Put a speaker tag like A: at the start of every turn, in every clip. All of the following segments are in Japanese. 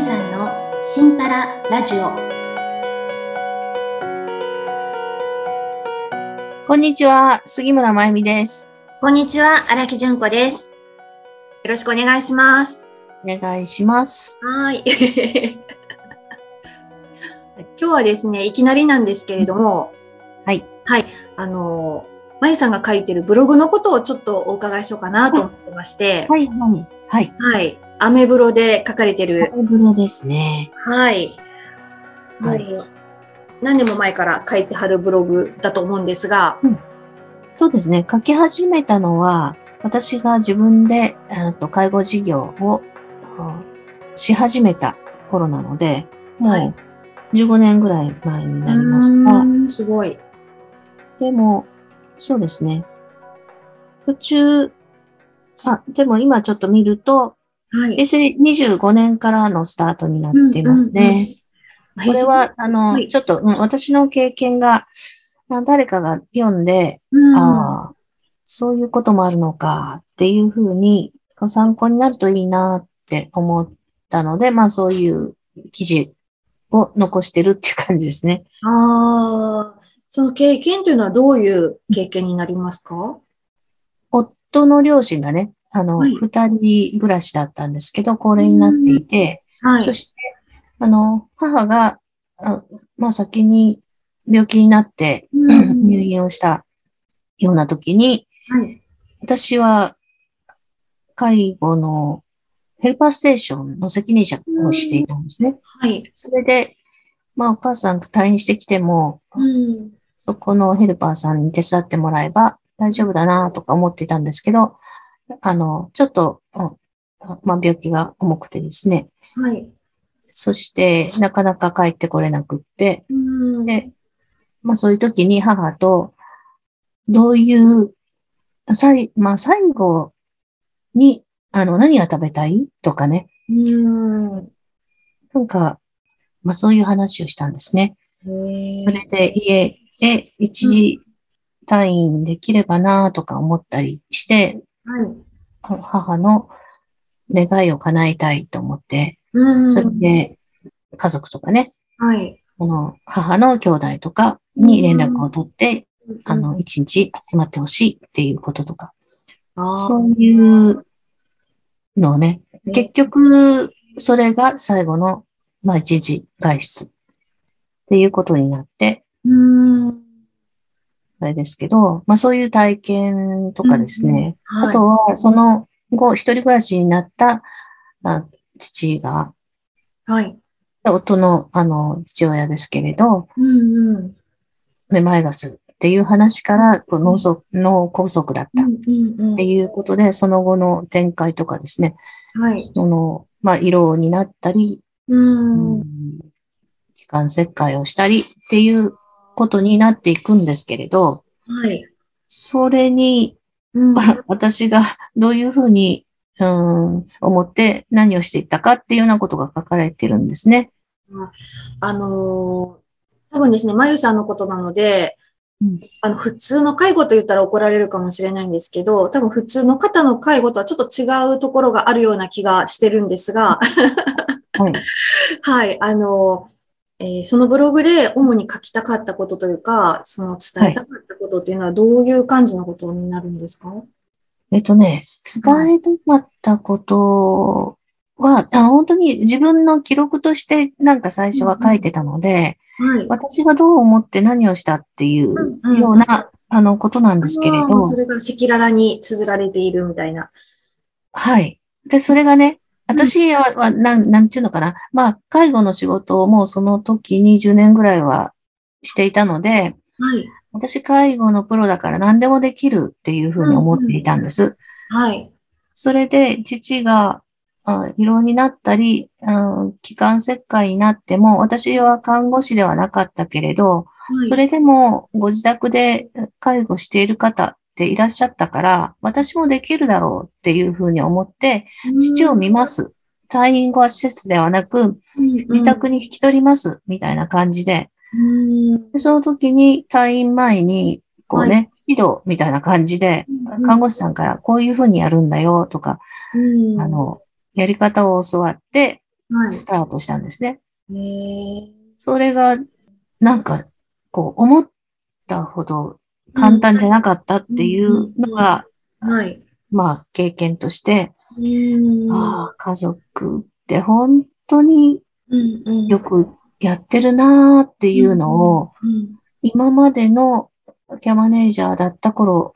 A: さんのシンパララジオ。
B: こんにちは、杉村まゆみです。
A: こんにちは、荒木純子です。よろしくお願いします。
B: お願いします。
A: はい。今日はですね、いきなりなんですけれども、
B: はい。
A: はい。あの、まゆさんが書いてるブログのことをちょっとお伺いしようかなと思ってまして、
B: はい、はい。はい。
A: はい。アメブロで書かれてる、
B: ブロですね。
A: はい。
B: はい
A: もう何年も前から書いてはるブログだと思うんですが、
B: そうですね。書き始めたのは、私が自分で、えーと介護事業をうんし始めた頃なので、
A: は
B: も
A: いう
B: 15年ぐらい前になりますが
A: う、ーんすごい。
B: でも、そうですね。途中、あ、でも今ちょっと見ると、
A: はい。
B: 平成25年からのスタートになっていますね。
A: うんうんうん
B: これは、あの、
A: はい
B: ちょっと、うん、私の経験が、まあ誰かが読んで、
A: うん、
B: ああ、そういうこともあるのか、っていうふうに、ご参考になるといいなって思ったので、まあそういう記事を残してるっていう感じですね。
A: ああ、その経験というのはどういう経験になりますか
B: 夫の両親がね、あの、
A: はい
B: 二、人暮らしだったんですけど、高齢になっていて、
A: は
B: そして、あの、母が、あまあ先に病気になって、
A: うん
B: 入院をしたような時に、
A: はい。
B: 私は介護のヘルパーステーションの責任者をしていたんですね。
A: はい。
B: それで、まあお母さんが退院してきても、
A: うん。
B: そこのヘルパーさんに手伝ってもらえば大丈夫だなとか思っていたんですけど、あの、ちょっと、うんまあ病気が重くてですね。
A: はい。
B: そして、なかなか帰ってこれなくって、
A: うん
B: で、まあそういう時に母と、どういう、さい、まあ最後に、あの、何が食べたいとかね。
A: うん。
B: なんか、まあそういう話をしたんですね。
A: へ
B: そ
A: え
B: れで家で一時退院できればなとか思ったりして、
A: はい。
B: あの母の願いを叶えたいと思って、
A: うん。
B: それで家族とかね、
A: はい。
B: この母の兄弟とかに連絡を取ってあの、一日集まってほしいっていうこととか、
A: あー、
B: そういうのをね、
A: ね
B: 結局、それが最後の、まあ一日外出っていうことになって、
A: うん。
B: あれですけど、まあそういう体験とかですね。
A: はい。
B: あとは、その後、一人暮らしになった、あ父が、
A: はい。
B: 夫の、あの、父親ですけれど、
A: うんうん。
B: めまいがするっていう話から、こう脳そ脳梗塞だっ
A: う
B: た
A: ん
B: っ
A: うんうん
B: ていうことで、その後の展開とかですね、
A: はい。
B: その、まあ、色になったり、
A: うん。
B: 気管切開をしたりっていうことになっていくんですけれど、
A: はい。
B: それに、
A: うん
B: まあ私がどういうふうに、うん、思って何をしていったかっていうようなことが書かれてるんですね。
A: あのー多分ですね、まゆさんのことなので、
B: うん
A: あの、普通の介護と言ったら怒られるかもしれないんですけど、多分普通の方の介護とはちょっと違うところがあるような気がしてるんです が、
B: はい。
A: はい、あのーえーそのブログで主に書きたかったことというか、その伝えたかったことっていうのはどういう感じのことになるんですか、
B: えっとね、伝えたかったことは、あ本当に自分の記録としてなんか最初は書いてたので、
A: はい。
B: 私がどう思って何をしたっていう
A: うん
B: ような、あの、ことなんですけれ
A: あー
B: ど、
A: それが赤裸々に綴られているみたいな。
B: はい。で、それがね、私は、はなん、なんていうのかな。まあ、介護の仕事をもうその時20年ぐらいはしていたので、
A: はい。
B: 私介護のプロだから何でもできるっていうふうに思っていたんです。
A: はい。
B: それで、父が、あ疲労になったり、うん、気管切開になっても、私は看護師ではなかったけれど、
A: はい
B: それでもご自宅で介護している方っていらっしゃったから、私もできるだろうっていうふうに思って、父を見ます。退院後は施設ではなく、
A: うん
B: 自宅に引き取ります、みたいな感じで。
A: うん
B: でその時に退院前に、こう
A: は
B: ね、指導みたいな感じで
A: うん、
B: 看護師さんからこういうふうにやるんだよとか、
A: うん
B: あの、やり方を教わって、
A: はい。
B: スタートしたんですね。
A: えー
B: それが、なんか、こう、思ったほど簡単じゃなかったっていうのが、
A: はい。
B: まあ、経験として、
A: うん。
B: ああ、家族って本当に
A: うんうん。
B: よくやってるなーっていうのを、
A: うん。
B: 今までのキャマネージャーだった頃、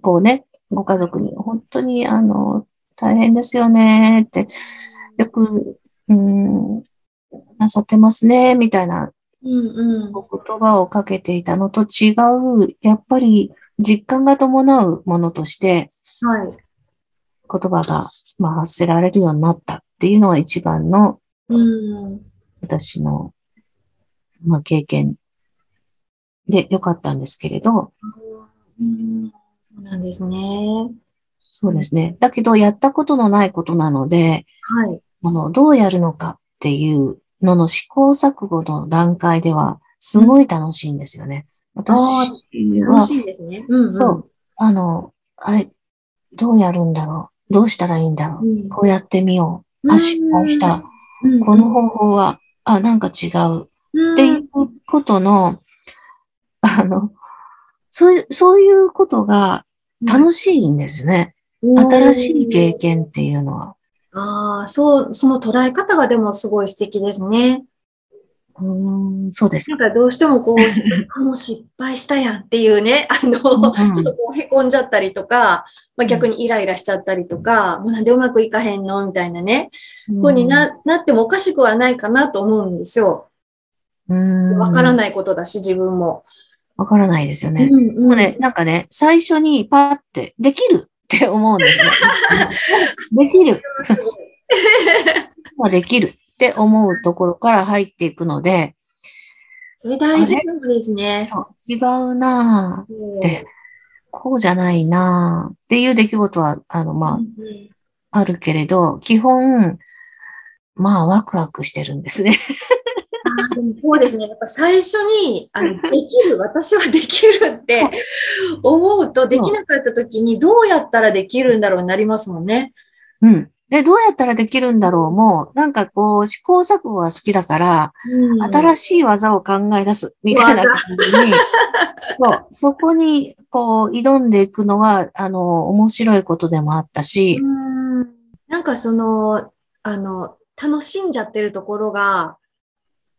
B: こうね、ご家族に本当にあの、大変ですよねーって、よく、うん、なさってますねーみたいな
A: うんうん。
B: お言葉をかけていたのと違う、やっぱり実感が伴うものとして
A: はい。
B: 言葉が、まあ、発せられるようになったっていうのが一番の
A: うん。
B: 私の、まあ、経験で良かったんですけれど、
A: うん。そうなんですね。
B: そうですね。だけど、やったことのないことなので、
A: はい。
B: あの、どうやるのかっていうのの試行錯誤の段階では、すごい楽しいんですよね。私
A: あ
B: は
A: 楽、しいですね。うん、うん。
B: そう。あの、あれ、どうやるんだろう。どうしたらいいんだろ
A: う
B: う。
A: ん。
B: こうやってみよ
A: う
B: う。
A: ん
B: あ、失敗した。。
A: うん
B: この方法は、あ、なんか違う。っていうことの、あの、そういう、そういうことが楽しいんですね。新しい経。
A: うん
B: 験っていうのは。
A: ああ、そう、その捉え方がでもすごい素敵ですね。
B: うーん、そうです
A: なん
B: か。
A: かどうしても こう、あもう失敗したやんっていうね、あの、
B: う ん
A: ちょっとこう凹んじゃったりとか、まあ、逆にイライラしちゃったりとか、もうなんでうまくいかへんのみたいなね、こうにななってもおかしくはないかなと思うんですよ。
B: うん、
A: わから
B: い。
A: ないことだし、自分も。
B: わからないですよね。
A: うんうん
B: もうね、なんかね、最初にパーって、できるって思うんです ね。できる。まあできるって思うところから入っていくので、
A: それ大事なんですね。
B: そう違うなぁ、
A: うん
B: でこうじゃないなぁっていう出来事は、あの、
A: う
B: ま
A: んうん
B: あ、あるけれど、基本、まあ、ワクワクしてるんですね。
A: あーでもそうですね。やっぱ最初に、あの、できる、私はできるって思うと、できなかった時にどうやったらできるんだろうになりますもんね。
B: うん。で、どうやったらできるんだろうも、なんかこう、試行錯誤は好きだから、新
A: し
B: しい技を考え出す、みたいな感じ に、そう、そこに、こう、挑んでいくのは、あの、面白いことでもあったし、
A: なんかその、あの、楽しんじゃってるところが、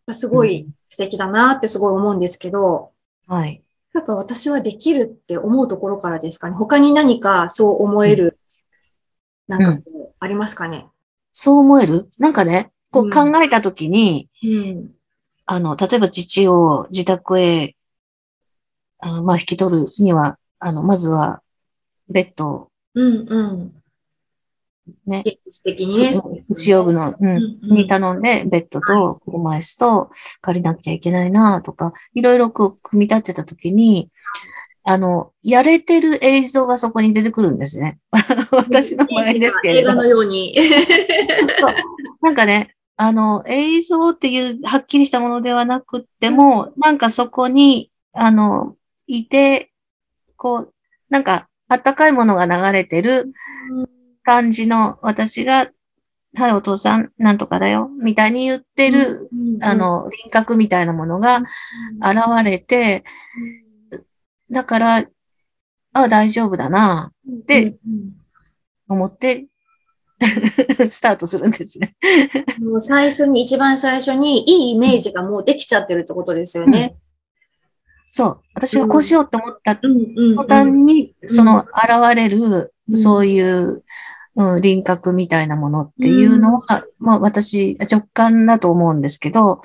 A: まあすごい素敵だなってすごい思うんですけど、
B: はい。
A: やっぱ私はできるって思うところからですかね。他に何かそう思える、なんかこうありますかね。
B: そう思えるなんかね、こ
A: うん
B: う考えたときに、
A: うん。
B: あの、例えば父を自宅へ、あのまあ、引き取るには、あの、まずは、ベッドを
A: うんうん。
B: ね、
A: 現実的にね。
B: 使用具の、うん、に頼んで、ベッドと車椅子と借りなきゃいけないなとか、いろいろこう組み立てたときに、あの、やれてる映像がそこに出てくるんですね。 私の場合ですけれ
A: 映画
B: ど。
A: のように。
B: なんかね、あの、映像っていうはっきりしたものではなくっても、なんかそこに、あの、いて、こう、なんか、あったかいものが流れてる感じの私が、はい、お父さん、なんとかだよ、みたいに言ってるあの、輪郭みたいなものが現れて、だから、あ大丈夫だな、で思って、 スタートするんですね。
A: うん、もう最初に、一番最初にいいイメージがもうできちゃってるってことですよね。
B: そう。私がこうしようと思った
A: うんうん
B: 途端に、
A: ん
B: その現れる、
A: うん
B: そういう、うん、輪郭みたいなものっていうのは、まあ私、直感だと思うんですけど、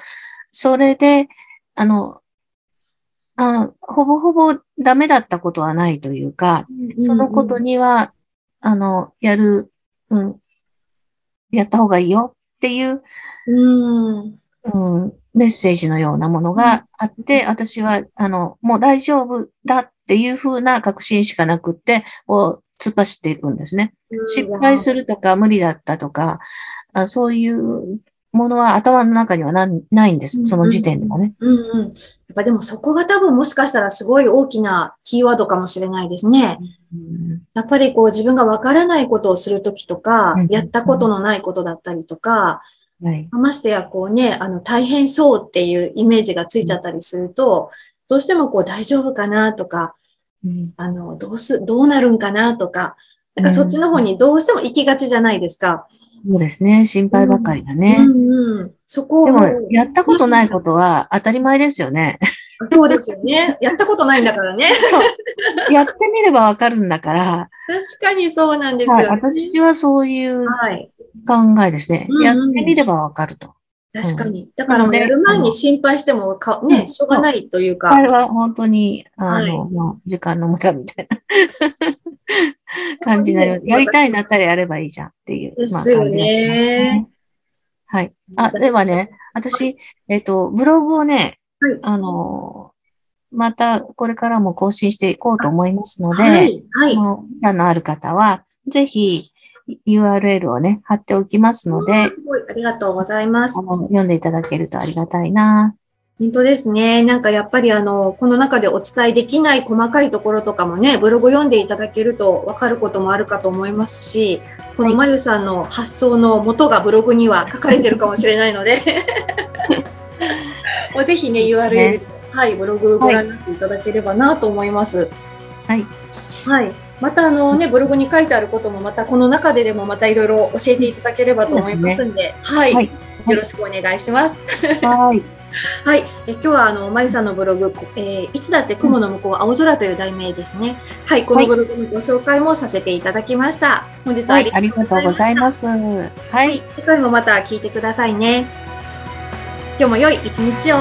B: それで、あの、あほぼほぼダメだったことはないというか、そのことには、あの、やる、うん、やった方がいいよっていう、
A: うん、
B: うん、メッセージのようなものがあって、私は、あの、もう大丈夫だっていうふうな確信しかなくって、こう、突っ走っていくんですね。失敗
A: る。
B: するとか、無理だったとか、あそういうものは頭の中にはなんないんで
A: う
B: す。
A: ん
B: その時点ではね。
A: うんうん。やっぱでもそこが多分もしかしたらすごい大きなキーワードかもしれないですね。
B: うん
A: やっぱりこう自分がわからないことをするときとか
B: うん、
A: やったことのないことだったりとか、
B: はい。
A: ましてや、こうね、あの、大変そうっていうイメージがついちゃったりすると、どうしてもこう、大丈夫かなとか、
B: うん
A: あの、どうす、どうなるんかなとか、なんかそっちの方にどうしても行きがちじゃないですか。
B: そうですね。心配ばかりだね。
A: うんうん。そこを
B: でも、やったことないことは当たり前ですよね。
A: そうですよね。やったことないんだからね。
B: やってみればわかるんだから、
A: 確かにそうなんですよ、
B: は
A: ね。
B: い、私はそういう
A: はい。
B: 考えですね
A: うんう。ん
B: やってみればわかると。
A: 確かに。だからもう
B: なので
A: やる前に心配してもか、ね、
B: うん
A: しょうがないというか。
B: あれは本当に、あ
A: はい
B: の、もう時間の無駄 みたいな感じになります。やりたいなったらやればいいじゃんっていう、
A: ですよね
B: 感じになりますね。はい。あ、ではね、私、えっ、と、ブログをね、
A: はい
B: あの、またこれからも更新していこうと思いますので、
A: はい。はい。
B: あの、興味のある方は、ぜひ URL をね、貼っておきますので、
A: すごい、ありがとうございます
B: あ。の読んでいただけるとありがたいな。
A: 本当ですね。なんかやっぱりあの、この中でお伝えできない細かいところとかもね、ブログ読んでいただけると分かることもあるかと思いますし、このまゆさんの発想の元がブログには書かれてるかもしれないの で、もうぜひね、URL、
B: ね
A: はい、ブログご覧になっていただければなと思います。
B: はい。
A: はい。またあのね、ブログに書いてあることもまたこの中ででもまたいろいろ教えていただければと思いますんで、はい、
B: はい
A: よろしくお願いします。
B: はい。
A: はい、え今日はあのまゆさんのブログ、こえーいつだって雲の向こうは青空という題名ですね。はい、このブログのご紹介もさせていただきました。本日は
B: は
A: あ
B: い
A: り。
B: あ
A: が
B: り
A: と
B: が
A: うご
B: と
A: ざ
B: う
A: い
B: ご
A: ました。
B: ざいます。はい。
A: 次回もまた聞いてくださいね。今日も良い一日を。